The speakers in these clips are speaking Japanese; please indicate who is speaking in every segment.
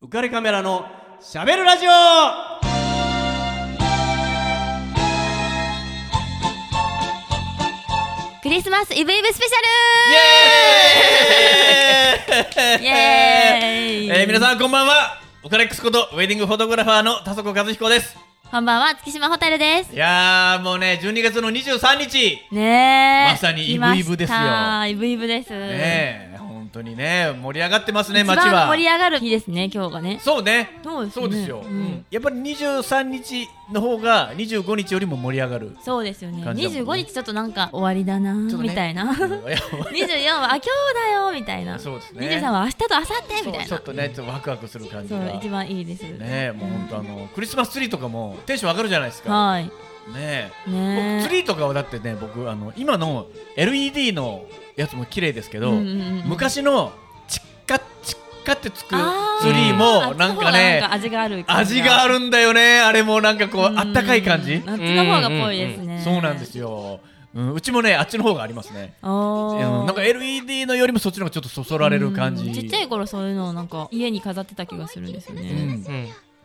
Speaker 1: 浮かれカメラのしゃべるラジオ
Speaker 2: クリスマスイブイブスペシャルイエーイ
Speaker 3: えー、皆さんこんばんはオカレックスことウェディングフォトグラファーの田底和彦です
Speaker 2: こんばんは月島ホタルです
Speaker 3: いやーもうね12月の23日
Speaker 2: ねえ
Speaker 3: まさにイブイブですよ
Speaker 2: 来ましたイブイブです
Speaker 3: ねえ本当にね盛り上がってますね
Speaker 2: 一番
Speaker 3: 街は
Speaker 2: 盛り上がる日ですね今日がね
Speaker 3: そうね
Speaker 2: そうですね
Speaker 3: そうですよ、
Speaker 2: う
Speaker 3: う
Speaker 2: ん
Speaker 3: んやっぱり23日の方が25日よりも盛り上がる
Speaker 2: そうですよね
Speaker 3: 感じだもんね
Speaker 2: 25日ちょっとなんか終わりだな
Speaker 3: ちょっとね
Speaker 2: みたいな
Speaker 3: うんやばい
Speaker 2: 24はあ今日だよみたいな
Speaker 3: そうですね
Speaker 2: 23は明日と明後日みたい
Speaker 3: ちょ
Speaker 2: な
Speaker 3: っとねちょっとワクワクする感じ
Speaker 2: そ
Speaker 3: が
Speaker 2: う一
Speaker 3: ね
Speaker 2: 番いいです
Speaker 3: えもう本当あのクリスマスツリーとかもテンション上がるじゃないですか
Speaker 2: はい
Speaker 3: ねえ
Speaker 2: ね
Speaker 3: 僕ツ
Speaker 2: え
Speaker 3: リーとかはだってね僕あの今の LED のやつも綺麗ですけど、
Speaker 2: うんうんうん
Speaker 3: 昔のチッカチッカってつく
Speaker 2: あー
Speaker 3: ツリーもなんかね
Speaker 2: あっちの方がなんか味がある感じ
Speaker 3: 味があるんだよねあれもなんかこう
Speaker 2: うん
Speaker 3: あったかい感じ
Speaker 2: あっちの方がぽいですね
Speaker 3: そうなんですよ、うん、うちもねあっちの方がありますねう
Speaker 2: お
Speaker 3: ん
Speaker 2: ー
Speaker 3: なんか LED のよりもそっちの方がちょっとそそられる感じ
Speaker 2: うんちっちゃい頃そういうのをなんか家に飾ってた気がするんですよね、
Speaker 3: うん
Speaker 1: うん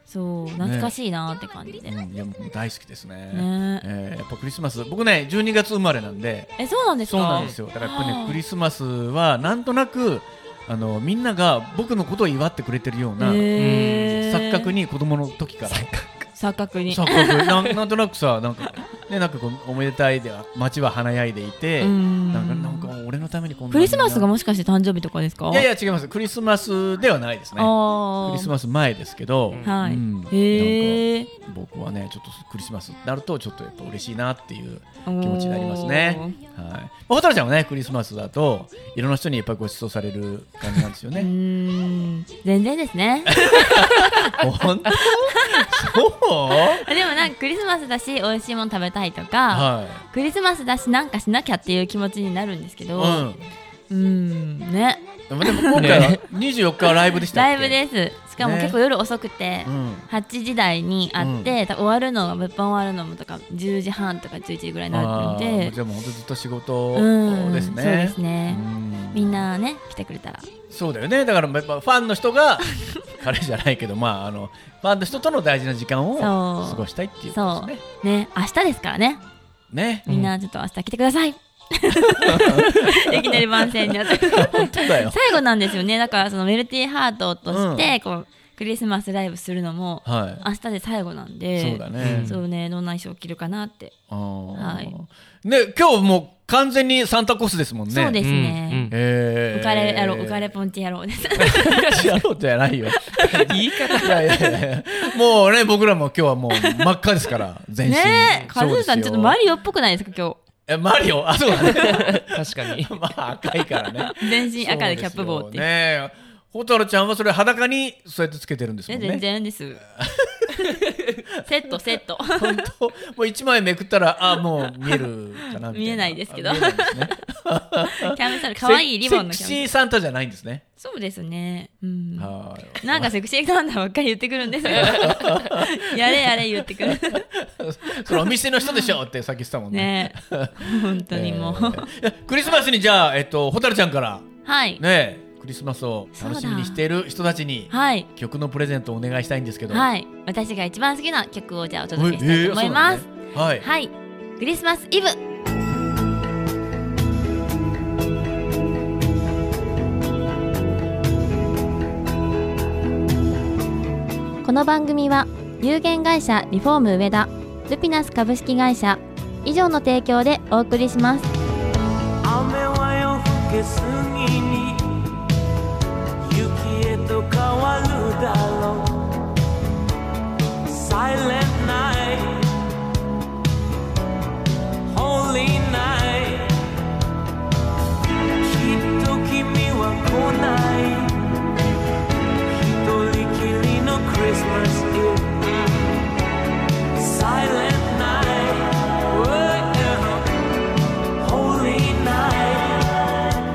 Speaker 2: そう懐かしいなーって感じで、
Speaker 3: うんいやもう大好きですね
Speaker 2: ね
Speaker 3: えーやっぱクリスマス僕ね12月生まれなんで
Speaker 2: えそうなんですか
Speaker 3: そうなんですよだからやっぱ
Speaker 2: あ
Speaker 3: ね
Speaker 2: ー
Speaker 3: クリスマスはなんとなくあのみんなが僕のことを祝ってくれてるような、
Speaker 2: へー
Speaker 3: 錯覚に子供の時から
Speaker 2: 錯覚に
Speaker 3: 錯覚なん なんとなくさなんかねなんかこうおめでたいで街は華やいでいて、
Speaker 2: うん
Speaker 3: なんかなんか俺のためにこんな
Speaker 2: クリスマスが
Speaker 3: みん
Speaker 2: もしかして誕生日とかですか
Speaker 3: ないやいや違いますクリスマスではないですね
Speaker 2: あ
Speaker 3: クリス
Speaker 2: マ
Speaker 3: マス前ですけど、
Speaker 2: はい、
Speaker 3: うん
Speaker 2: へえ
Speaker 3: なんか僕はねちょっとクリスマスになるとちょっとやっぱ嬉しいなっていう気持ちになりますね。はい。まあ、蛍ちゃんもね、クリスマスだと、いろんな人にやっぱりご馳走される感じなんですよ
Speaker 2: う
Speaker 3: ね。
Speaker 2: ーん全然ですね
Speaker 3: 本当。そう。
Speaker 2: でもなんかクリスマスだし美味しいもの食べたいとか、
Speaker 3: は
Speaker 2: クリスマスだしなんかしなきゃっていう気持ちになるんですけ
Speaker 3: い。
Speaker 2: ど、
Speaker 3: うん。
Speaker 2: うーんね
Speaker 3: でも、でも今回は二十四日はライブでしたっ
Speaker 2: ライ
Speaker 3: け。
Speaker 2: ブですしかも
Speaker 3: ね
Speaker 2: 結構夜遅くて、
Speaker 3: うん。
Speaker 2: 8時台にあって、終わるのが物販終わるのもとか10時半とか11時ぐらいにな
Speaker 3: あ
Speaker 2: るの
Speaker 3: ー
Speaker 2: で
Speaker 3: じゃあもう本当ずっと仕事
Speaker 2: うん
Speaker 3: ですね。
Speaker 2: そうですね
Speaker 3: うん
Speaker 2: みんなね来てくれたら
Speaker 3: そうだよねだからやっぱファンの人が 彼じゃないけどまああのファンの人との大事な時間を
Speaker 2: そう
Speaker 3: 過ごしたいっていうこと
Speaker 2: そ
Speaker 3: ですね
Speaker 2: うね明日ですからね
Speaker 3: ね
Speaker 2: みんなちょっと明日来てください、 いきなり番宣になって
Speaker 3: 本当だよ
Speaker 2: 最後なんですよねだからそのメルティーハートとして、こうクリスマスライブするのも
Speaker 3: はい
Speaker 2: 明日で最後なんで
Speaker 3: そうだね
Speaker 2: そうねどんな衣装着るかなって、
Speaker 3: あー
Speaker 2: はい
Speaker 3: ね今日もう完全にサンタコスですもんね。。
Speaker 2: そうですすね、
Speaker 3: えー、
Speaker 2: 浮かれやろう浮かれポンチやろうです
Speaker 3: チ野郎じゃ ないよ。言い方いやいやいや。もうね僕らも今日はもう真っ赤ですから全身。
Speaker 2: ねえカズーさんちょっとマ
Speaker 3: リ
Speaker 2: リオっぽくないですか今日
Speaker 3: えマリオあ そうだね。
Speaker 1: 確かに
Speaker 3: まあ赤いからね。
Speaker 2: 全身赤でキャップ帽ってい
Speaker 3: そうで
Speaker 2: う
Speaker 3: すよねえ。ホタルちゃんはそれ裸にそうやってつけてるんですも
Speaker 2: ね
Speaker 3: ん
Speaker 2: 全
Speaker 3: ね。
Speaker 2: 然です セットセット
Speaker 3: 本当もう一枚めくったらあもう見えるかなみたいな。
Speaker 2: 見えないですけど
Speaker 3: あ見えないですね。
Speaker 2: キャンプサル可愛いリボンのキ
Speaker 3: セ
Speaker 2: ャ
Speaker 3: ク
Speaker 2: ン
Speaker 3: シー
Speaker 2: プ
Speaker 3: サンタじゃないんですね。
Speaker 2: そうですねうん
Speaker 3: はい。
Speaker 2: なんかセクシーサンダーばっかり言ってくるんですよやれやれ言ってくる
Speaker 3: それお店の人でしょってさっき言ってたもんね。
Speaker 2: ね本当にもう、
Speaker 3: えーいやクリスマスにじゃあ、えっと、ホタルちゃんから、
Speaker 2: はい、
Speaker 3: ね、クリスマスを楽しみにしている人たちに、
Speaker 2: はい
Speaker 3: 曲のプレゼントをお願いしたいんですけど。い。
Speaker 2: はい私が一番好きな曲をじゃあお届けしたいと思います、
Speaker 3: えーそうなのねはい。
Speaker 2: はいクリスマスイブこの番組は有限会社リフォーム上田ルピナス株式会社以上の提供でお送りします
Speaker 4: 雨は夜更けすぎに雪へと変わるだろう Silent night Holy night きっと君は来ない一人きりのクリスマス Eve Silent night Oh, yeah. Holy night,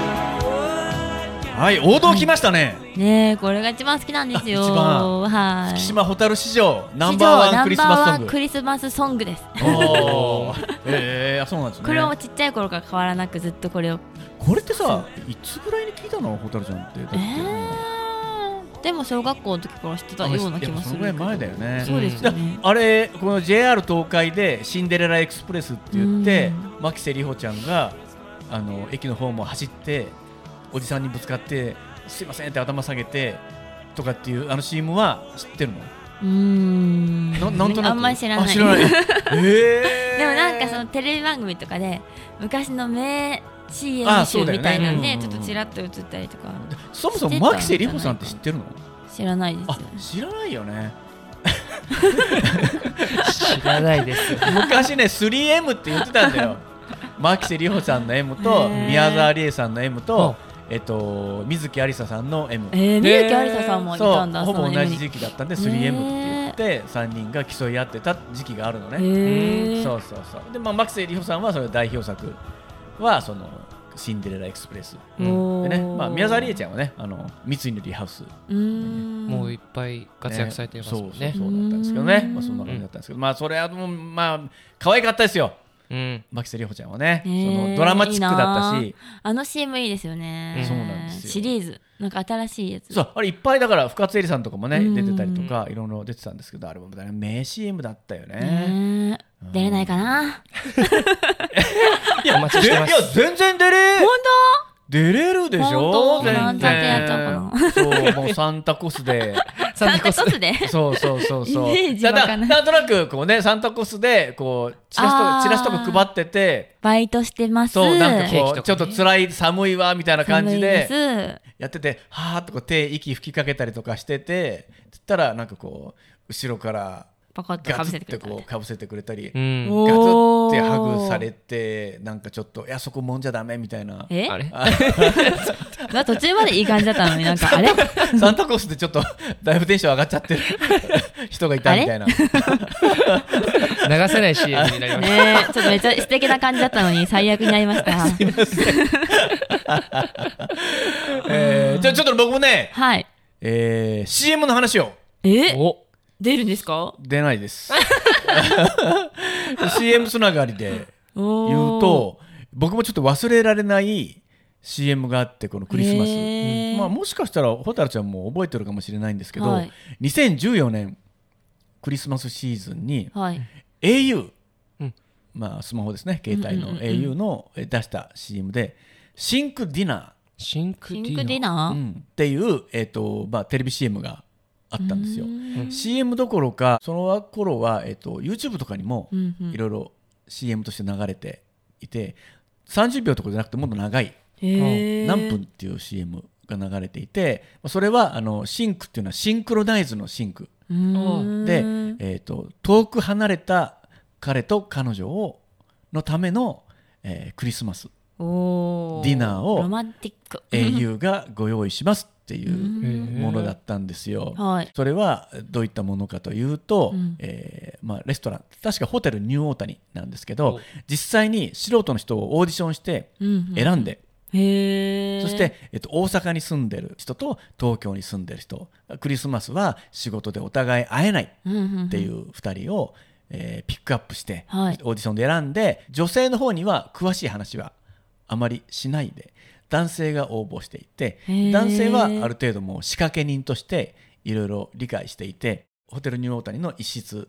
Speaker 3: はい王道来ましたね、
Speaker 2: ねえこれが 一番好きなんですよ
Speaker 3: 一番
Speaker 2: はい
Speaker 3: 月島蛍史上ナンバーワンクリスマスソン
Speaker 2: 史上ナンバーワン
Speaker 3: グ
Speaker 2: クリスマスソングです
Speaker 3: おーえー、あそうなんですね
Speaker 2: これをちっちゃい頃から変わらなくずっとこれを
Speaker 3: これってさいつぐらいに聞いたの蛍ちゃんってだって
Speaker 2: えー、でも小学校の時から知ってたような気もする
Speaker 3: いやそのぐらい前だよね
Speaker 2: そうですよね、
Speaker 3: あれこの JR 東海で「シンデレラエクスプレス」って言って牧瀬里穂ちゃんがあの駅の方も走っておじさんにぶつかって「すいません」って頭下げてとかっていうあの CM は知ってるの
Speaker 2: うーん
Speaker 3: な なんとなく
Speaker 2: あんまり知らない
Speaker 3: あ知ら ないえー
Speaker 2: でもなんかそのテレビ番組とかで昔の名 CM
Speaker 3: あそ
Speaker 2: 集
Speaker 3: うだよね
Speaker 2: みたいなんで、
Speaker 3: うんうんう
Speaker 2: ち
Speaker 3: ん
Speaker 2: ょっとちらっと映ったりとか
Speaker 3: そもそ
Speaker 2: 知っ
Speaker 3: も
Speaker 2: てたんじゃない
Speaker 3: 牧瀬里
Speaker 2: かな
Speaker 3: 穂さんって知ってるの
Speaker 2: 知らないです
Speaker 3: あ知らないよね
Speaker 1: 知らないです。
Speaker 3: 昔ね 3M って言ってたん だよ牧瀬里穂さんの M と
Speaker 2: へー
Speaker 3: 宮沢りえさんの M と、えっと、水木有りささんの M
Speaker 2: えー、宮城ありささんもいたんだ、
Speaker 3: そうほぼ
Speaker 2: その
Speaker 3: 同
Speaker 2: M
Speaker 3: じ
Speaker 2: に
Speaker 3: 時期だったんで
Speaker 2: へ
Speaker 3: 3M って
Speaker 2: ー
Speaker 3: 言って3人が競い合ってた時期があるの
Speaker 2: え
Speaker 3: ね、
Speaker 2: ー、
Speaker 3: そうそうそうで、まあ、牧瀬里穂さんはその代表作はそのシンデレラエクスプレス
Speaker 2: お
Speaker 3: で
Speaker 2: ー
Speaker 3: ね、まあ、宮沢りえちゃんはねあの三井のリハウス
Speaker 2: うーん
Speaker 1: もういっぱい活躍されてますもんね。
Speaker 3: そうそうそうだったんですけどね
Speaker 2: う、ん
Speaker 3: まあ、そんな感じだったんですけど、まあそれはもうまあ可愛かったですよ
Speaker 1: うん。
Speaker 3: 牧瀬里穂ちゃんはね、
Speaker 2: ねえ
Speaker 3: そのドラマチックだった
Speaker 2: いい
Speaker 3: し
Speaker 2: あの CM いいですよね、
Speaker 1: うんそう
Speaker 3: なんですよ
Speaker 2: シリーズなんか新しいやつ
Speaker 3: そうあれいっぱいだから深津絵里さんとかもね、
Speaker 2: うん
Speaker 3: 出てたりとかいろいろ出てたんですけどあれもだね名 CM だったよね。
Speaker 2: ねえ出れないかな、
Speaker 1: いや、お待ち
Speaker 3: でい
Speaker 1: してま
Speaker 3: や
Speaker 1: す。
Speaker 3: 全然出れ
Speaker 2: 本
Speaker 3: 出れるでしょ
Speaker 2: 本当
Speaker 3: 全
Speaker 2: なんてやっちゃおう
Speaker 3: 然そうもうサンタコス で
Speaker 2: 当サンタコスで
Speaker 3: そうそうそうそう
Speaker 2: イメージわかんない
Speaker 3: だからなんとなくこうねサンタコスでこうチラシと
Speaker 2: あ
Speaker 3: か
Speaker 2: ー
Speaker 3: チラシとか配ってて
Speaker 2: バイトしてます
Speaker 3: そうなんか
Speaker 1: ケーキ
Speaker 3: こと
Speaker 1: か
Speaker 3: う
Speaker 1: ね
Speaker 3: ちょっと辛い寒いわみたいな感じで
Speaker 2: 寒いです
Speaker 3: やっててはーっとこう手息吹きかけたりとかしててつったらなんかこう後ろから
Speaker 2: パコッとか
Speaker 3: ガ
Speaker 2: ぶ
Speaker 3: ツ
Speaker 2: せ
Speaker 3: って
Speaker 2: くれ
Speaker 3: て
Speaker 2: たみ
Speaker 3: こかぶせて
Speaker 2: たいう
Speaker 3: くれたりガ
Speaker 1: う
Speaker 3: ツ
Speaker 1: ん。
Speaker 2: お
Speaker 3: ってハグされてなんかちょっと「いやそこもんじゃダメ」みたいな
Speaker 2: え
Speaker 1: あれ
Speaker 2: な途中までいい感じだったのになんかあれ
Speaker 3: サンタコースでちょっと だいぶテンション上がっちゃってる 人がいたみたいな
Speaker 1: 流せない CM になりまし
Speaker 2: ねえちょっとめっちゃ素敵な感じだったのに最悪になり ました
Speaker 3: えーじゃあちょっと僕もね、
Speaker 2: はい
Speaker 3: えー、CM の話を
Speaker 1: た。
Speaker 2: え
Speaker 1: お
Speaker 2: 出るんですか
Speaker 3: 出ないです CM つながりで
Speaker 2: 言
Speaker 3: 言うと僕もちょっと忘れられない CM があってこのクリスマス、
Speaker 2: へー
Speaker 3: まあ、もしかしたら蛍ちゃんも覚えてるかもしれないんですけど、
Speaker 2: はい
Speaker 3: 2014年クリスマスシーズンに
Speaker 2: はい
Speaker 3: au、
Speaker 1: うん
Speaker 3: まあ、スマホですね携帯
Speaker 2: うんう
Speaker 3: の
Speaker 2: んうんう
Speaker 3: au のえ出した CM で「シンクディナ
Speaker 1: シンク
Speaker 2: ピ
Speaker 1: デ
Speaker 2: ンクディ
Speaker 1: ィナ
Speaker 3: ー」
Speaker 2: ナー
Speaker 3: っていう、えーとまあ、テレビ CM があったんですよ
Speaker 2: う。ん
Speaker 3: CM どころかその頃は、えー、と YouTube とかにも
Speaker 2: うんうん
Speaker 3: いろいろ CM として流れていて30秒とかじゃなくてもっと長い
Speaker 2: へえ
Speaker 3: 何分っていう CM が流れていてまあそれはあのシンクっていうのはシンクロナイズのシンク
Speaker 2: うーん
Speaker 3: で、えー、と遠く離れた彼と彼女をのための、えークリスマス
Speaker 2: お
Speaker 3: ディナーを
Speaker 2: ロマンティック
Speaker 3: au がご用意しますっていううんものだったんですよ。
Speaker 2: はい
Speaker 3: それはどういったものかというと、
Speaker 2: うん
Speaker 3: えーまあ、レストラン確かホテルニューオータニなんですけ
Speaker 1: お
Speaker 3: ど実際に素人の人をオーディションして選んで、
Speaker 2: へえ
Speaker 3: そして、えっと、大阪に住んでる人と東京に住んでる人クリスマスは仕事でお互い会えない
Speaker 2: っ
Speaker 3: っていう2人を、えーピックアップして、
Speaker 2: はい
Speaker 3: オーディションで選んで女性の方には詳しい話はあまりしないで男性が応募していて
Speaker 2: へー
Speaker 3: 男性はある程度もう仕掛け人としていろいろ理解していてホテルニューオータニの一室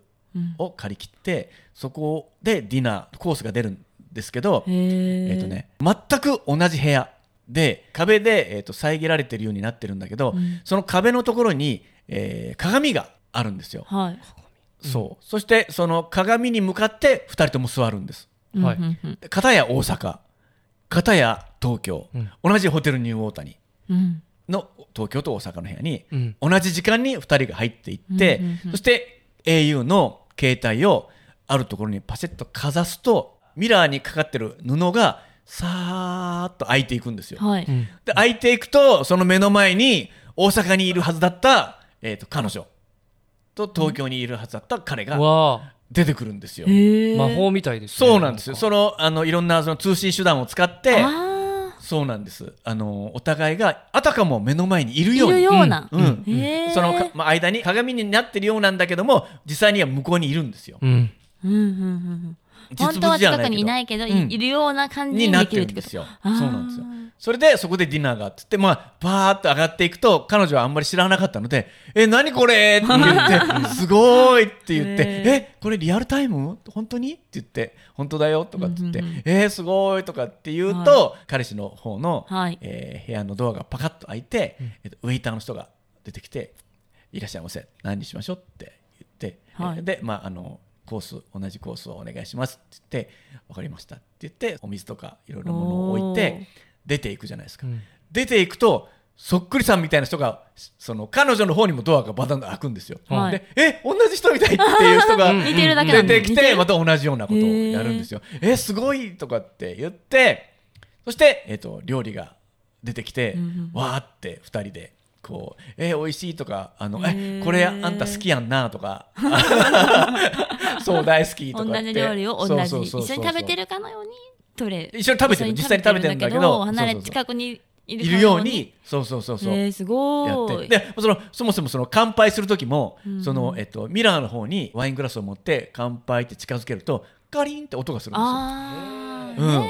Speaker 3: を借り切ってそこでディナーコースが出るんですけど、え
Speaker 2: え
Speaker 3: っとね、全く同じ部屋で壁で、えー、と遮られてるようになってるんだけど、
Speaker 2: うん
Speaker 3: その壁のところに、えー鏡があるんですよ。
Speaker 2: はい
Speaker 3: そうそしてその鏡に向かって2人とも座るんです
Speaker 1: はい
Speaker 2: うんうん
Speaker 3: で片や大阪片や東京、
Speaker 1: うん
Speaker 3: 同じホテルニューオータニ
Speaker 2: うん
Speaker 3: の東京と大阪の部屋に
Speaker 1: うん。
Speaker 3: 同じ時間に2人が入っていって、
Speaker 2: うんうんうん
Speaker 3: そして au の携帯をあるところにパシッとかざすとミラーにかかってる布がさーっと開いていくんですよ。
Speaker 2: はい
Speaker 1: うん
Speaker 3: で開いていくとその目の前に大阪にいるはずだった、えー、と彼女と東京にいるはずだった彼が
Speaker 1: わあ、
Speaker 3: 出てくるんですよ。
Speaker 2: へー
Speaker 1: 魔法みたいですね。
Speaker 3: そうなんですよ。
Speaker 1: か
Speaker 3: そのあのいろんなその通信手段を使って
Speaker 2: あ
Speaker 3: そうなんですあのお互いがあたかも目の前にいる
Speaker 2: い
Speaker 3: よう
Speaker 2: る
Speaker 3: に
Speaker 2: ような。
Speaker 3: うんうん
Speaker 2: へー
Speaker 3: そのか、まあ、間に鏡になってるようなんだけども実際には向こうにいるんですよ
Speaker 1: うん。
Speaker 2: うんうんうんうん本
Speaker 3: 実
Speaker 2: 当は
Speaker 3: 物じゃ
Speaker 2: 近
Speaker 3: ない
Speaker 2: く
Speaker 3: けど
Speaker 2: にいないけど、
Speaker 3: うん
Speaker 2: いいるような感じ
Speaker 3: に
Speaker 2: に
Speaker 3: なっ
Speaker 2: でき
Speaker 3: て
Speaker 2: るっ
Speaker 3: るん
Speaker 2: て
Speaker 3: で
Speaker 2: こと
Speaker 3: すよ
Speaker 2: あー
Speaker 3: そうなんですよそれでそこでディナーがあってまあバーッと上がっていくと彼女はあんまり知らなかったので「え何これ?」って 言って「すごい!」って言って
Speaker 2: ね
Speaker 3: 「えこれリアルタイム本当に?」って言って「本当だよ」とかって言って
Speaker 2: うんうんうん
Speaker 3: 「えーすごい!」とかって言うと彼氏の方の
Speaker 2: はい
Speaker 3: えー部屋のドアがパカッと開いてえっとウェイターの人が出てきて「いらっしゃいませ何にしましょう?」って言って
Speaker 2: はい
Speaker 3: えーでまああのコース同じコースをお願いしますって言って「分かりました」って言ってお水とかいろいろものを置いて出ていくじゃないですか、
Speaker 1: うん
Speaker 3: 出ていくとそっくりさんみたいな人がその彼女の方にもドアがバタンと開くんですよ、
Speaker 2: はい
Speaker 3: でえ同じ人みたいっていう人 が
Speaker 2: 似てるだけな
Speaker 3: 出
Speaker 2: ん
Speaker 3: て
Speaker 2: で
Speaker 3: きてまた同じようなことを
Speaker 2: へー
Speaker 3: やるんですよえすごいとかって言ってそして、えっと料理が出てきて、
Speaker 2: うん
Speaker 3: わーって2人でこう「え美味しい」とか「あの
Speaker 2: へー
Speaker 3: えこれあんた好きやんな」と か「そう大好き」とかって
Speaker 2: 同じ料理を同じ
Speaker 3: そうそうそうそう
Speaker 2: 一緒に食べてるかのようにトレー
Speaker 3: 一緒に食べてる実際に食べてるんだけど
Speaker 2: 離れ
Speaker 3: そうそうそう
Speaker 2: 近くにいる
Speaker 3: いるようにそうそうそうそう
Speaker 2: えー、すご
Speaker 3: や
Speaker 2: ー
Speaker 3: っ
Speaker 2: い
Speaker 3: てでそのそもそもその乾杯する時も、
Speaker 2: ん
Speaker 3: そのえっと、ミラーの方にワイングラスを持って乾杯って近づけるとカリンって音がするんですよ。
Speaker 2: あ
Speaker 3: うん、
Speaker 2: ー
Speaker 3: なん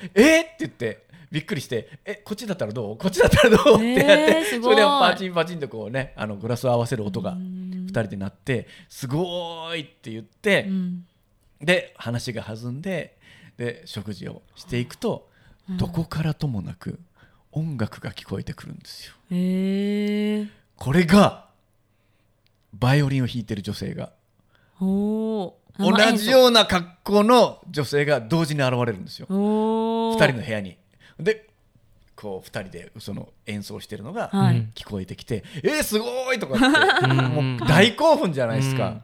Speaker 3: でえーって言ってびっくりして「えこっちだったらどうこっちだったらどう?」ってやって、
Speaker 2: えーす
Speaker 3: そ
Speaker 2: ごい
Speaker 3: れでパチンパチンとこうねあのグラスを合わせる音が
Speaker 2: うん
Speaker 3: 2人で鳴って「すごーい!」って言って。
Speaker 2: うん
Speaker 3: で話が弾んでで食事をしていくと、どこからともなく音楽が聞こえてくるんですよ。
Speaker 2: へー
Speaker 3: これがバイオリンを弾いてる女性が
Speaker 2: お
Speaker 3: 同じような格好の女性が同時に現れるんですよ
Speaker 2: うお
Speaker 3: 2
Speaker 2: ー
Speaker 3: 人の部屋に。でこう2人でその演奏してるのが
Speaker 2: はい
Speaker 1: うん
Speaker 3: 聞こえてきて「えー、すごい!」とかって
Speaker 1: うん
Speaker 3: もう大興奮じゃないですか。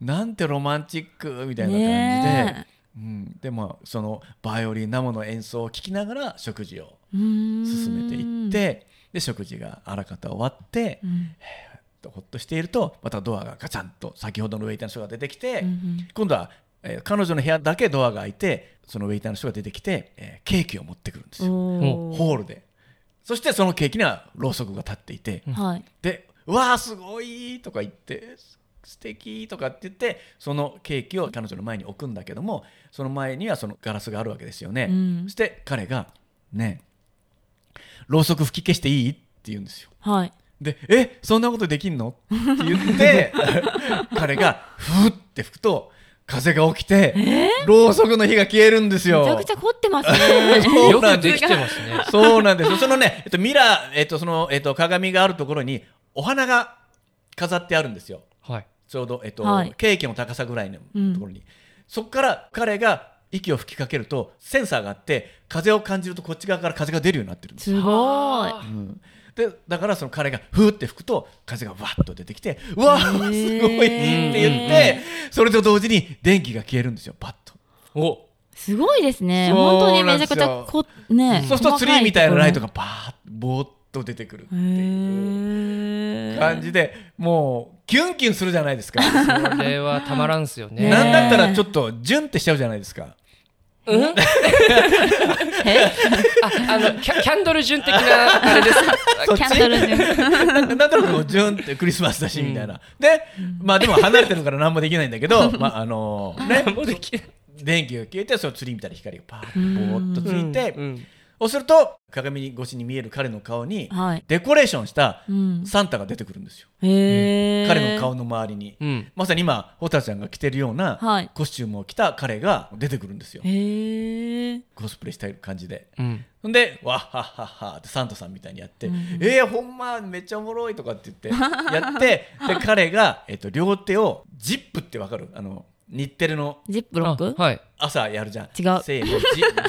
Speaker 3: なんてロマンチックみたいな感じで。
Speaker 2: ね
Speaker 3: うん、でまあそのバイオリン生の演奏を聴きながら食事を
Speaker 2: えうん
Speaker 3: 進めていってで食事があらかた終わって
Speaker 2: うん
Speaker 3: ほっとしているとまたドアがガチャンと先ほどのウェイターの人が出てきて、
Speaker 2: うんうん
Speaker 3: 今度は、えー彼女の部屋だけドアが開いてそのウェイターの人が出てきて、えーケーキを持ってくるんですよ
Speaker 2: お
Speaker 3: ホールでそしてそのケーキにはろうそくが立っていて、
Speaker 2: ーはい
Speaker 3: で「うわあすごい!」とか言って「素敵とかって言ってそのケーキを彼女の前に置くんだけどもその前にはそのガラスがあるわけですよね、
Speaker 2: うん
Speaker 3: そして彼が「ねえろうそく吹き消していい?」って言うんですよ
Speaker 2: はい
Speaker 3: で「えそんなことできんの?」って言って 彼がふーって吹くと風が起きて、ろうそくの火が消えるんですよ
Speaker 2: めちゃくちゃ凝ってますね
Speaker 3: そう
Speaker 1: よ
Speaker 3: な
Speaker 1: く
Speaker 3: ん
Speaker 1: ですきてますね。
Speaker 3: そうなんですよ。そのね、えっと、ミラー、えっと、その、えっと、鏡があるところに、お花が飾ってあるんですよ。
Speaker 1: はい。
Speaker 3: ちょうど、えっと、
Speaker 2: はい
Speaker 3: ケーキの高さぐらいの
Speaker 2: うん
Speaker 3: ところに。そこから彼が息を吹きかけると、センサーがあって、風を感じると、こっち側から風が出るようになってるんですよ。
Speaker 2: すごい
Speaker 3: うんでだからその彼がふーって吹くと風がわっと出てきてうわーすごいって言ってそれと同時に電気が消えるんですよパッと
Speaker 1: お
Speaker 2: すごいですね。
Speaker 3: そう
Speaker 2: 本当にめちゃくちゃこ、ね、
Speaker 3: そうするとツリーみたいなライト
Speaker 2: が。
Speaker 3: がバーッぼーっと出てくるって
Speaker 2: へ
Speaker 3: いう
Speaker 2: ー
Speaker 3: 感じでもうキュンキュンするじゃないです か。
Speaker 1: これはたまらんっすよね。
Speaker 2: ね
Speaker 3: なんだったらちょっとジュンってしちゃうじゃないですか。
Speaker 2: え
Speaker 1: あ、あのキャキャンドル順的なあれですか。
Speaker 3: そっち
Speaker 2: キャンドルで。
Speaker 3: なんとなくこうジュンってクリスマスだしみたいな。で、まあでも離れてるから何もできないんだけど、まああのね、
Speaker 1: もうできない。
Speaker 3: 電気が消えてそのツリーみたいな光がパーッとぼーっとついて、
Speaker 1: うん
Speaker 3: そうすると鏡越しに見える彼の顔に
Speaker 2: はい。
Speaker 3: デコレーションした
Speaker 2: うん。
Speaker 3: サンタが出てくるんですよ。
Speaker 2: へー
Speaker 3: 彼の顔の周りに。
Speaker 1: うん。
Speaker 3: まさに今、ホタちゃんが着てるよう
Speaker 2: はい
Speaker 3: なコスチュームを着た彼が出てくるんですよ
Speaker 2: へ。ー
Speaker 3: コスプレしてる感じで。
Speaker 1: うん。
Speaker 3: ほんで、わっはっはっはってサンタさんみたいにやって、えー、ほんまめっちゃおもろいとかって言って、や って、で、彼が、えっと、両手を、ジップってわかるあの、日テレの
Speaker 2: ジップロック
Speaker 1: あはい。
Speaker 3: 朝やるじゃん。
Speaker 2: 違う
Speaker 3: せーの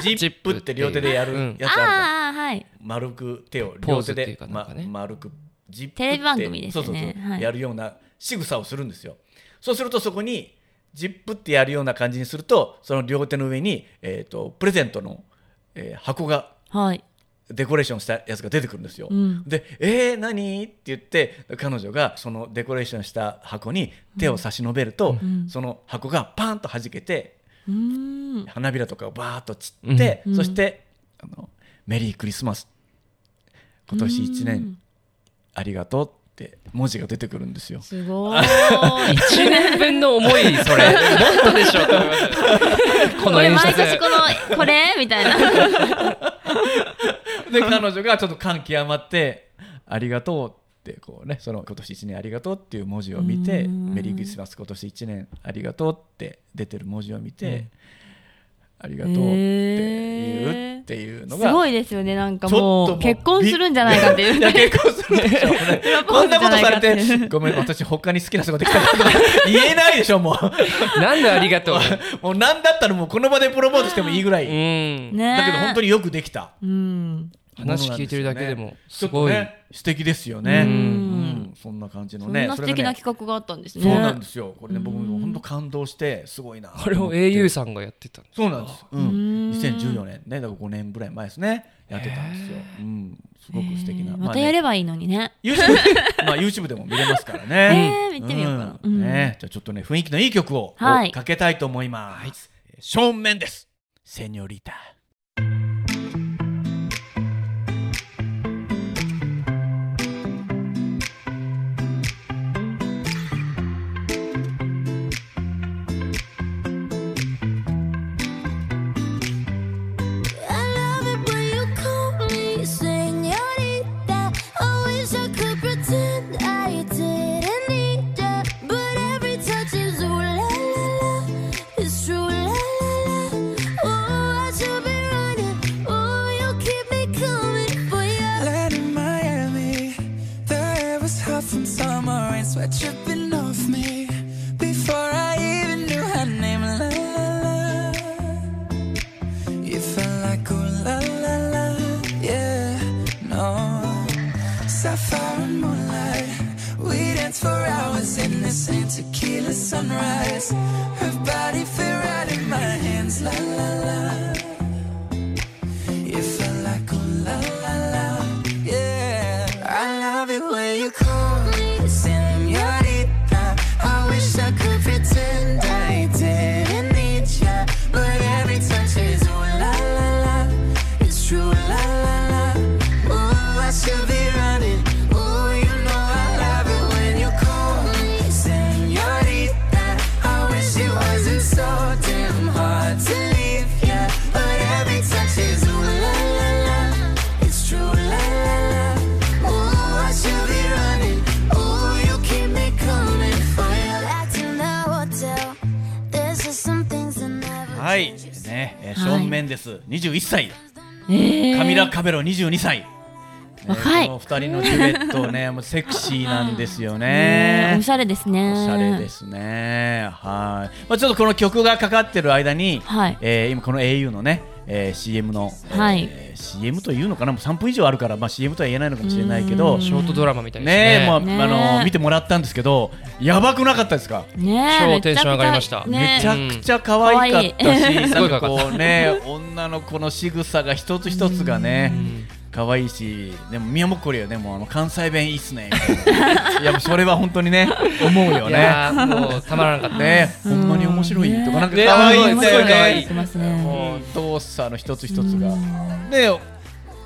Speaker 3: ジジップって両手でやる
Speaker 1: うん
Speaker 3: やつあるじゃん。
Speaker 2: ああ、はい。
Speaker 3: 丸く手を
Speaker 1: ポー
Speaker 3: 両
Speaker 1: ズ
Speaker 3: 手
Speaker 1: って
Speaker 3: で
Speaker 1: いうかなんかね
Speaker 3: ま、丸くジップ
Speaker 2: テレビ番組ですよね
Speaker 3: そうそうそう、
Speaker 2: はい
Speaker 3: やるような仕草をするんですよそうするとそこにジップってやるような感じにするとその両手の上に、えー、とプレゼントの、えー箱が
Speaker 2: はい。
Speaker 3: デコレーションしたやつが出てくるんですよ、
Speaker 2: うん
Speaker 3: で「えー、何?」って言って彼女がそのデコレーションした箱に手を差し伸べると、
Speaker 2: うん
Speaker 3: その箱がパーンと弾けて
Speaker 2: うーん。
Speaker 3: 花びらとかがバーッと散って、
Speaker 2: うん
Speaker 3: そしてあのメリークリスマス今年1年ありがとうって文字が出てくるんですよ
Speaker 2: すごーい
Speaker 1: 1年分の思 いそれもっとでしょと思いますこの
Speaker 2: 俺
Speaker 1: 演
Speaker 2: 毎
Speaker 1: 出
Speaker 2: 年このこれみたいな
Speaker 3: で彼女がちょっと感極まって「ありがとう」ってこうねその今年1年ありがとうっていう文字を見て「
Speaker 2: うん
Speaker 3: メリークリスマス今年1年ありがとう」って出てる文字を見て「ありがとう」って言うっていうの
Speaker 2: す
Speaker 3: が
Speaker 2: ごいですよねなんか
Speaker 3: ちょっ
Speaker 2: も
Speaker 3: と
Speaker 2: う結婚するんじゃないかっていう
Speaker 3: いや結婚するんでしょうね
Speaker 2: ポ
Speaker 3: こん
Speaker 2: ーズ
Speaker 3: な
Speaker 2: じ
Speaker 3: こと
Speaker 2: ゃない
Speaker 3: さ
Speaker 2: か
Speaker 3: れ
Speaker 2: って
Speaker 3: てごめん私他に好きな人ができたこと 言えないでしょも
Speaker 1: なんでありが とう
Speaker 3: うもう何だったらもうこの場でプロポーズしてもいいぐら
Speaker 1: う
Speaker 3: い
Speaker 1: ん
Speaker 2: ね
Speaker 3: だけど本当
Speaker 2: に
Speaker 3: によくできた
Speaker 2: うん
Speaker 1: 話聞いてるだけでも
Speaker 3: ち
Speaker 1: す
Speaker 3: ょっと
Speaker 1: ごい
Speaker 3: ね素敵ですよね
Speaker 1: う
Speaker 3: う
Speaker 1: ん
Speaker 3: んそんな感じ
Speaker 2: そ
Speaker 3: の
Speaker 2: ん
Speaker 3: ね
Speaker 2: な
Speaker 3: そ
Speaker 2: 素
Speaker 3: れが
Speaker 2: 敵
Speaker 3: ね
Speaker 2: な企画があったんですね
Speaker 3: そうなんですよ。これね、僕
Speaker 2: う
Speaker 3: も
Speaker 2: ん
Speaker 3: 本当感動して、すごいなと思っ
Speaker 1: こ
Speaker 3: て。
Speaker 1: れを au さんがやってたの
Speaker 3: そうなんです。う
Speaker 2: うんん。
Speaker 3: 2014年ね、だから5年ぐらい前ですね。やってたんですよ。うん。すごく素敵
Speaker 2: え
Speaker 3: な。
Speaker 2: ーまたやれ
Speaker 3: ば。
Speaker 2: ばいいのにね
Speaker 3: YouTube まあ YouTube でも見れますからね。
Speaker 2: えー見てみようかな
Speaker 3: うん
Speaker 2: うん
Speaker 3: ね、じゃあちょっとね雰囲気のいい曲を
Speaker 2: はい
Speaker 3: かけたいと思います。正面です。セニョリータ。
Speaker 5: I love it when you call me señorita. I wish I could pretend I didn't need ya, but every touch is ooh la la la, it's true la la la. Oh, I should be running. Oh, you keep me coming for ya.
Speaker 6: Land in Miami, the air was hot from summer rain, sweat dripping off me. Before I even knew her name, la la la. You felt like ooh la la la, yeah, no. Sapphire and moonlight, we danced for hours in the same tequila sunrise. Her body fit right in my hands, la la la. You felt like ooh la la la, yeah. I love it when you call me señorita. I wish I could pretend I didn't need ya, but every touch is ooh la la la. It's true la la la. Ooh, I should be running. Ooh, you know I love it when you call me señorita. I wish it wasn't so damn hard to leave ya, but every touch is ooh la la la. It's true la la la. Ooh, I should be running. Ooh, you keep me coming for ya.
Speaker 5: Back in the hotel, there's just some things that never
Speaker 3: はい。ね、えー正面です。21歳。
Speaker 2: えー
Speaker 3: カミラ・カベロ22歳。ね
Speaker 2: 若い
Speaker 3: この2人のデュエット ね、もうセクシーなんですよ
Speaker 2: ね
Speaker 3: ね。
Speaker 2: おしゃれですね
Speaker 3: おしゃれですね。はい。まあちょっとこの曲がかかってる間に、
Speaker 2: はい
Speaker 3: えー今この au のね、えー CM の、えー
Speaker 2: はい
Speaker 3: CM というのかな、もう3分以上あるから、まあ CM とは言えないのかもしれないけど、
Speaker 1: ショートドラマみたいですね
Speaker 3: ねえ、まあ、
Speaker 2: ね
Speaker 3: あのー見てもらったんですけど、やばくなかったですか？
Speaker 2: ね
Speaker 1: 超
Speaker 2: えめちゃ
Speaker 1: テンション上がりまし
Speaker 2: く
Speaker 1: た
Speaker 2: ちゃね
Speaker 3: めちゃくちゃ可愛かったし、
Speaker 1: うん
Speaker 3: なんかこうね、女の子の仕草が一つ一つがね、可愛いし、でも宮本こりよね、もうあの関西弁いいっすね。 みたいないや、もうそれは本当にね、思うよ
Speaker 1: い
Speaker 3: ね。
Speaker 1: やーもうたまらなかった
Speaker 3: ね、ほんまに面白いとか、なんか
Speaker 1: ね
Speaker 3: 可愛いんだよ
Speaker 1: すごい可愛
Speaker 3: ね
Speaker 1: い。
Speaker 2: てますね
Speaker 3: もう動作の一つ一つが。で、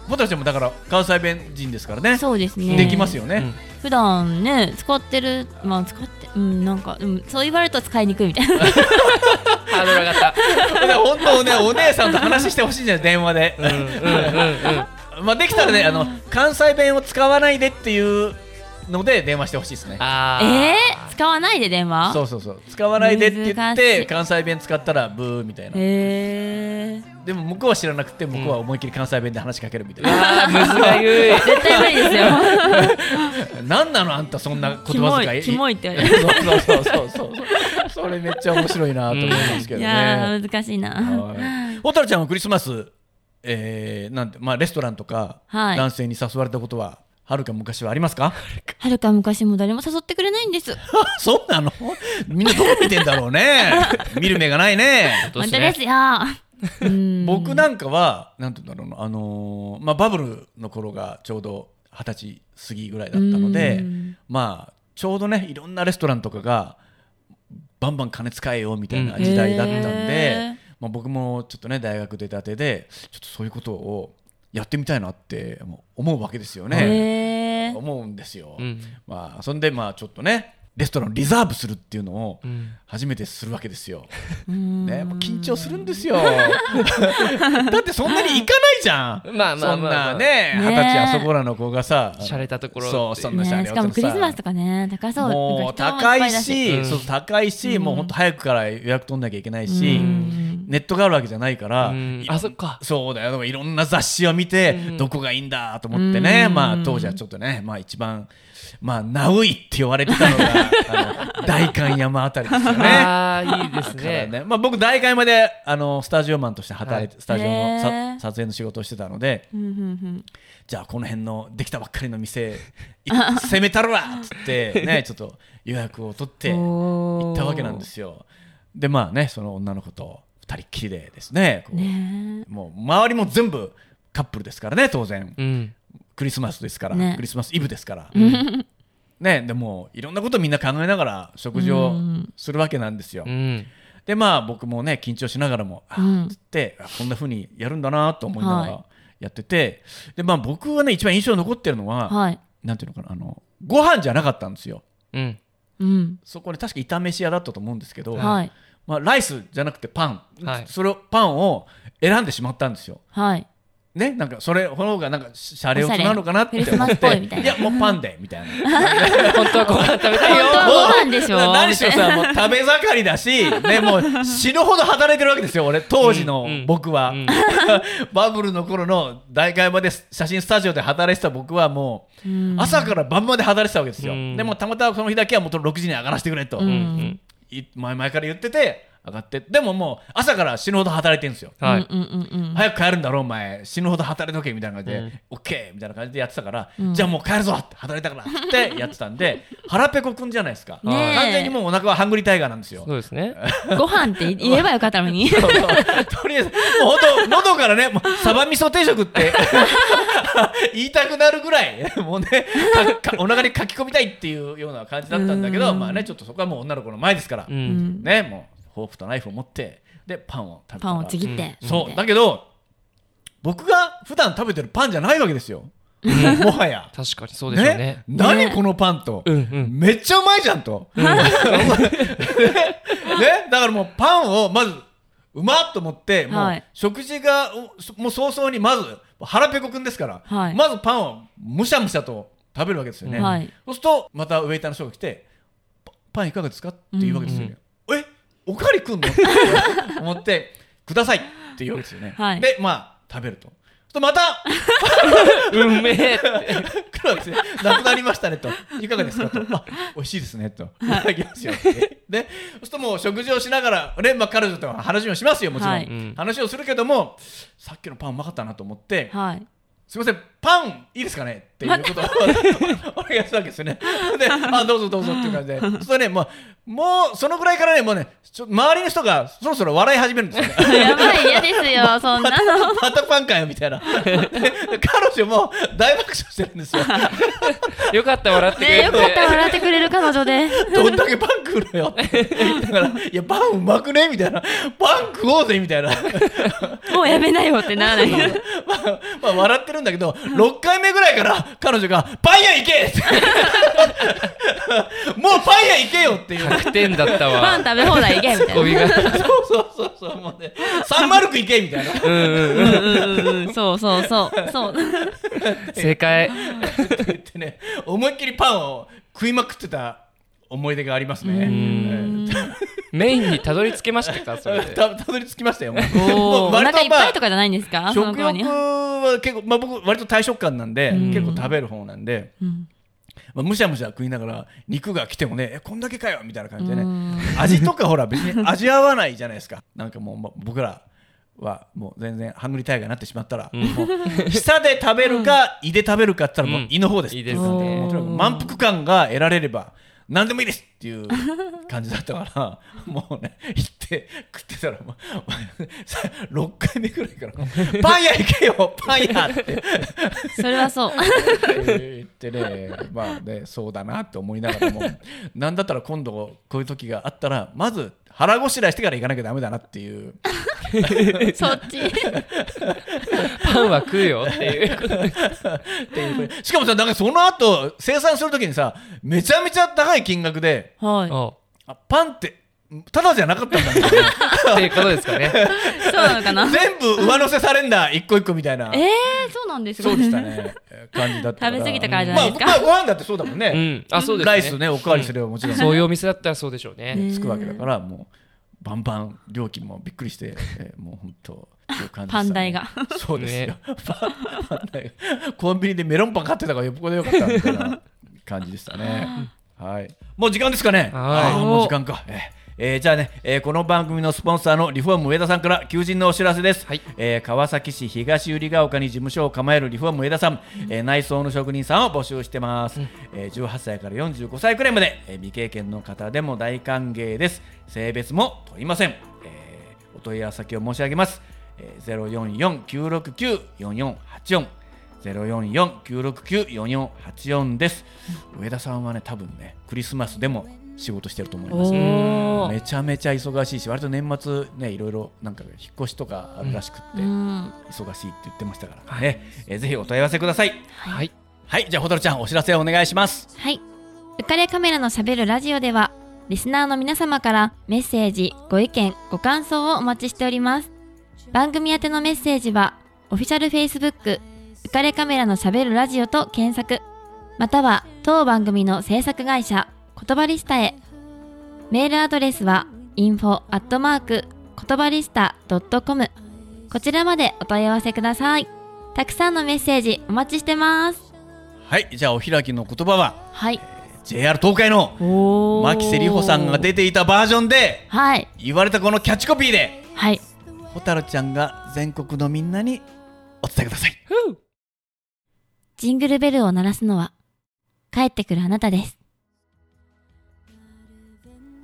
Speaker 3: 僕たちもだから関西弁人ですからね。
Speaker 2: そうですね
Speaker 3: できますよね。
Speaker 2: 普段ね使ってるまあ使ってうんなんかうんそう言われると使いにくいみたいな
Speaker 1: ハードル上がった
Speaker 3: だから本当ね、お姉さんと話してほしいんじ ゃない電話で。まあできたらね、あの関西弁を使わないでっていうので電話してほしいですね。
Speaker 1: あー
Speaker 2: えー使わないで電話
Speaker 3: そうそうそう。使わないでって言っ
Speaker 2: 難してい
Speaker 3: 関西弁使ったらブーみたいな。
Speaker 2: えー
Speaker 3: でも向こうは知らなくて向こうは思いっきり関西弁で話しかけるみたい な。
Speaker 1: あーむずがゆい
Speaker 2: 絶対無理ですよ
Speaker 3: なんなのあんたそんな
Speaker 2: キ
Speaker 3: 言葉
Speaker 2: モ
Speaker 3: 遣い。
Speaker 2: いキモいって言われ
Speaker 3: そ
Speaker 2: る
Speaker 3: うそうそうそうそう。それめっちゃ面白いなと思いますけど
Speaker 2: いや
Speaker 3: ね。
Speaker 2: ー難しいな
Speaker 3: はい蛍ちゃんはクリスマス、えーなんてまあレストランとか
Speaker 2: はい
Speaker 3: 男性に誘われたことははるか昔はありますか？
Speaker 2: はるか昔も誰も誘ってくれないんです
Speaker 3: そうなのみんなどう見てんだろうね見る目がないね
Speaker 1: どう
Speaker 2: 本
Speaker 1: し
Speaker 2: 当
Speaker 1: て
Speaker 2: ですようん
Speaker 3: 僕なんかはなんて言うんだろうなあのーまあバブルの頃がちょうど二十歳過ぎぐらいだったので
Speaker 2: うん
Speaker 3: まあちょうどねいろんなレストランとかがバンバン金使えよみたいな時代だったん
Speaker 2: うん
Speaker 3: で、
Speaker 2: へー
Speaker 3: まあ、僕もちょっとね大学出たてでちょっとそういうことをやってみたいなってもう思うわけですよね、
Speaker 2: へー
Speaker 3: 思うんですよ、
Speaker 1: うん
Speaker 3: まあそんでまあちょっとねレストランをリザーブするっていうのを
Speaker 1: うん
Speaker 3: 初めてするわけですよ、
Speaker 2: うん
Speaker 3: ね、もう緊張するんですよ だってそんなに行かないじゃん
Speaker 1: まあまあまあ
Speaker 3: そん
Speaker 1: まあ
Speaker 3: なね
Speaker 2: ね
Speaker 3: 二十歳あそこらの子がさ
Speaker 1: 洒落たところ
Speaker 3: そうそんな洒落
Speaker 2: ね、
Speaker 3: た
Speaker 2: しかもクリスマスと
Speaker 3: か
Speaker 2: かね高そう
Speaker 3: もう
Speaker 2: なんか
Speaker 3: 高
Speaker 2: 人もっぱ
Speaker 3: い
Speaker 2: だ
Speaker 3: し、
Speaker 1: うん
Speaker 3: そう高いし、
Speaker 2: うん
Speaker 3: もう本当早くから予約取んなきゃいけないし、
Speaker 2: うん
Speaker 3: ネットがあるわけじゃないから、
Speaker 1: うん
Speaker 3: い
Speaker 1: あそっか
Speaker 3: そうだよでもいろんな雑誌を見て、
Speaker 1: うん
Speaker 3: どこがいいんだと思ってね、
Speaker 2: うん
Speaker 3: まあ当時はちょっとね、まあ、一番まあナウイって言われてたの があの代官山あたりですよね。
Speaker 1: ああいいです
Speaker 3: から
Speaker 1: ね
Speaker 3: ねまあ、僕、大会まであのスタジオマンとして働いて、スタジオのさ
Speaker 2: へー
Speaker 3: 撮影の仕事をしてたので
Speaker 2: うんうん
Speaker 3: じゃあこの辺のできたばっかりの 店い攻めたるわっつって、ね、ちょっと予約を取って
Speaker 2: うん
Speaker 3: 行
Speaker 2: おー
Speaker 3: ったわけなんですよ。でまあねその女の子と二人っきりでですねこう
Speaker 2: ね
Speaker 3: もう周りも全部カップルですからね当然
Speaker 1: うん
Speaker 3: クリスマスですから、
Speaker 2: ね
Speaker 3: クリスマスイブですから、ねでもういろんなことみんな考えながら食事をするわけなんですよ、
Speaker 1: うん
Speaker 3: でまあ僕もね緊張しながらもあ
Speaker 2: うん
Speaker 3: ーっつって、あこんな風にやるんだなと思いなが
Speaker 2: は
Speaker 3: らやってて、でまあ僕はね一番印象に残ってるのは、
Speaker 2: はい
Speaker 3: なんていうのかなあのご飯じゃなかったんですよ
Speaker 1: うん
Speaker 2: うん
Speaker 3: そこで確か炒め飯屋だったと思うんですけど、
Speaker 2: はい
Speaker 3: まあ、ライスじゃなくてパン、
Speaker 1: はい
Speaker 3: それをパンを選んでしまったんですよ
Speaker 2: はい
Speaker 3: ね、なんかそれの方がなんかシャレオツなのかなって
Speaker 2: おしゃれ
Speaker 3: 思っ
Speaker 2: クリス
Speaker 3: て
Speaker 2: マスっぽいみたいない
Speaker 3: やもうパンでみたいな
Speaker 1: 本当はご飯食べたいよ
Speaker 2: 本当はご飯でしょ
Speaker 3: もう何しろさもう食べ盛りだ し、ね、もう死ぬほど働いてるわけですよ俺当時の
Speaker 1: うん
Speaker 3: 僕 は、
Speaker 1: うん
Speaker 3: バブルの頃の大会場で写真スタジオで働いてた僕はもう朝から晩まで働いてたわけですよ、
Speaker 1: うん
Speaker 3: でもたまたまその日だけはもう6時に上がらせてくれと、
Speaker 1: うんん
Speaker 3: い前々から言ってて上がってでももう朝から死ぬほど働いてるんですよ
Speaker 1: うんは
Speaker 2: うんうんうんうん
Speaker 3: 早く帰るんだろお前死ぬほど働いとけみたいな感じで、
Speaker 1: うん
Speaker 3: オッケーみたいな感じでやってたから、
Speaker 2: うん
Speaker 3: じゃあもう帰るぞって働いたからってやってたん で腹ペコくんじゃないですか、
Speaker 2: ねえ
Speaker 3: 完全にもうお腹はハングリータイガーなんですよ
Speaker 1: そうですね
Speaker 2: ご飯って言えばよかった のに
Speaker 3: そうそうとりあえずもうほんと喉からねもうサバ味噌定食って 言いたくなるぐらいもうねかかお腹に書き込みたいっていうような感じだったんだけど
Speaker 2: うん
Speaker 3: まあねちょっとそこはもう女の子の前ですから、
Speaker 1: うん
Speaker 3: ねもうフォークとナイフを持ってでパンを食べたら
Speaker 2: パンをちぎって
Speaker 3: そうだけど僕が普段食べてるパンじゃないわけですよもはや
Speaker 1: 確かにそうでしょうね
Speaker 3: 何このパンと、
Speaker 1: うんうん
Speaker 3: めっちゃうまいじゃんと、 ねねだからもうパンをまずうまっと思って、も
Speaker 2: は
Speaker 3: う
Speaker 2: い
Speaker 3: 食事がおそもう早々にまず腹ペコくんですから、
Speaker 2: はい
Speaker 3: まずパンをむしゃむしゃと食べるわけですよね、
Speaker 2: はい
Speaker 3: そうするとまたウェイターの人が来て「パパンいかがですか?」って言うわけですよね。えおかわりくんのって思って「ください」って言うわけですよね。
Speaker 2: はい
Speaker 3: でまあ食べると。そうするとまた
Speaker 1: うんうめえ
Speaker 3: 来るわけですね。なくなりましたね と。いかがですかと。あ、美味しいですねと。いただきますよ。で、そうするともう食事をしながら、ね、まあ彼女とは話をしますよ、もちろん。
Speaker 2: はい
Speaker 1: うん
Speaker 3: 話をするけども、さっきのパンうまかったなと思って、
Speaker 2: はい
Speaker 3: すみません、パンいいですかねっていうことをお願いしたわけですよね。で、あ、どうぞどうぞっていう感じで。そうするとね、もう、もうそのぐらいからね、もうね、ちょ周りの人がそろそろ笑い始めるんですよね。
Speaker 2: やばい嫌ですよそん なの
Speaker 3: またパンかよみたい な。で彼女も大爆笑してるん ですよ。
Speaker 1: よかった笑ってくれ
Speaker 2: ね
Speaker 1: て
Speaker 2: よかった笑ってくれる彼女 で
Speaker 3: どんだけパン食うのよって。 だから、いや、パンうまくねみたいな。パン食おうぜみたいな。
Speaker 2: もうやめなよってならない
Speaker 3: まあ、まあ、笑ってるんだけど、6回目ぐらいから彼女が、パン屋行け ってもうパン屋行けよっていう。
Speaker 1: 100点だったわ
Speaker 2: パン食べ放題行けみた
Speaker 1: ゴ
Speaker 2: い
Speaker 1: ミが
Speaker 3: そうそうそうそう、もうね、サンマルク行けみたいな。
Speaker 1: うんうんうん
Speaker 2: なうんうんうんそうそうそうそう
Speaker 1: 正解
Speaker 3: って言ってね、思いっきりパンを食いまくってた思い出がありますね。えー
Speaker 1: メインにたどり着けましたかそれで
Speaker 3: たたどり着きましたよ。もう
Speaker 2: お
Speaker 3: も
Speaker 2: お
Speaker 3: う
Speaker 2: 腹
Speaker 3: 割と
Speaker 2: いっぱいとかじゃないんですかその
Speaker 3: 食
Speaker 2: 頃
Speaker 3: 欲
Speaker 2: に
Speaker 3: は結構、まあ、僕割と大食感なんで、結構食べる方なんで、
Speaker 2: ん
Speaker 3: まあ、むしゃむしゃ食いながら肉が来てもねえこんだけかよみたいな感じでね、味とかほら別に味合わないじゃないですかなんかもう、ま僕らはもう全然ハングリータイガーになってしまったら、もう舌で食べるか胃で食べるかって言ったらもう胃の方です、
Speaker 1: うん胃です
Speaker 2: ね
Speaker 3: もちろん満腹感が得られれば何でもいいですっていう感じだったから もうね行って食ってたらも う6回目ぐらいから「パン屋行けよパン屋!」って
Speaker 2: それはそう
Speaker 3: 言ってねまあねそうだなって思いながらもなんだったら今度こういう時があったらまず腹ごしらえしてから行かなきゃダメだなっていう
Speaker 2: そっち。
Speaker 1: パンは食うよっていう。
Speaker 3: しかもさなんかその後生産するときにさめちゃめちゃ高い金額で
Speaker 2: は
Speaker 1: お
Speaker 3: あパンってただじゃなかったんだみたいな
Speaker 1: っていうことですかね。
Speaker 2: い。そうなのか な。
Speaker 3: 全部上乗せされんだ一個一個みたいな
Speaker 2: えー、そうなんですか
Speaker 3: そうでし た。ね感じだったから
Speaker 2: 食べ過ぎたからじゃないですか
Speaker 3: まあ、まあご飯だってそうだもんね、
Speaker 1: うん。あ、そうですね。
Speaker 3: ライスねおかわりすればもちろん、
Speaker 1: そういうお店だったらそうでしょうね。
Speaker 3: つくわけだからもうバンバン料金もびっくりして、えーもう本当っていう感じでしたね
Speaker 2: パン代が
Speaker 3: そうですよ、 パンパン代がコンビニでメロンパン買ってたから横でよかったみたいな感じでした ねはいもう時間ですかね
Speaker 1: はい
Speaker 3: あーもう時間かえーえーじゃあね、えーこの番組のスポンサーのリフォーム上田さんから求人のお知らせです、
Speaker 1: はい
Speaker 3: えー川崎市東百合ヶ丘に事務所を構えるリフォーム上田さん、えー内装の職人さんを募集してます、えー18歳から45歳くらいまで、えー未経験の方でも大歓迎です性別も問いません、えーお問い合わせ先を申し上げます、えー、044-969-4484 044-969-4484です上田さんはね多分ねクリスマスでも仕事してると思います
Speaker 2: おー
Speaker 3: めちゃめちゃ忙しいし割と年末ねいろいろなんか引っ越しとかあるらしくって、
Speaker 2: うん
Speaker 3: 忙しいって言ってましたからね、えーぜひお問い合わせください
Speaker 1: はい。
Speaker 3: はいじゃあ蛍ちゃんお知らせお願いします
Speaker 2: はい。浮かれカメラのしゃべるラジオでは、リスナーの皆様からメッセージ、ご意見、ご感想をお待ちしております。番組宛てのメッセージは、オフィシャル Facebook、浮かれカメラのしゃべるラジオと検索、または当番組の制作会社、言葉リスタへ。メールアドレスは、info アットマーク、言葉リスタ .com。こちらまでお問い合わせください。たくさんのメッセージお待ちしてます。
Speaker 3: はいじゃあお開きの言葉は
Speaker 2: はい。
Speaker 3: JR 東海の
Speaker 2: お
Speaker 3: 牧瀬里穂さんが出ていたバージョンで
Speaker 2: はい。
Speaker 3: 言われたこのキャッチコピーで
Speaker 2: はい。
Speaker 3: 蛍ちゃんが全国のみんなにお伝えください
Speaker 2: ジングルベルを鳴らすのは、帰ってくるあなたです。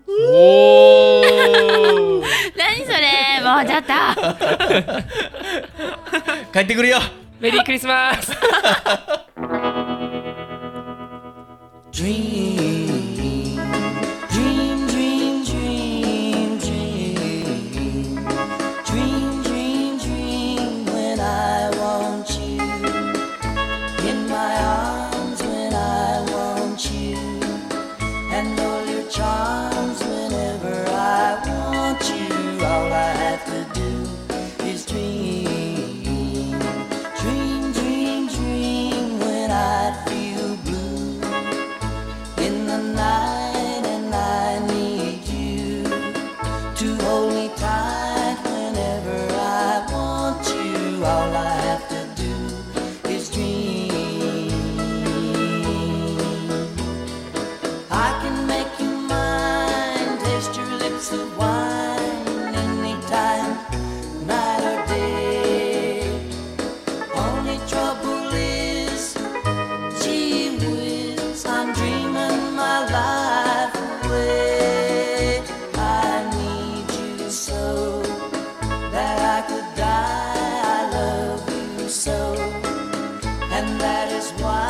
Speaker 1: おお。
Speaker 2: 何それもうちょっと
Speaker 3: 帰ってくるよ
Speaker 1: メリークリスマス。
Speaker 4: Dream, dream, dream, dream, dream, dream, dream, dream. When I want you in my arms, when I want you, and all your charms. Whenever I want you, all I have to do is dream, dream, dream, dream. When I feel blue in the night and I need you to hold me tight whenever I want you. All I have to do is dream. I can make you mine, taste your lips of wine anytime, night or day. Only trouble is Gee whiz, I'm dreaming my life away. I need you so that I could die. I love you so, and that is why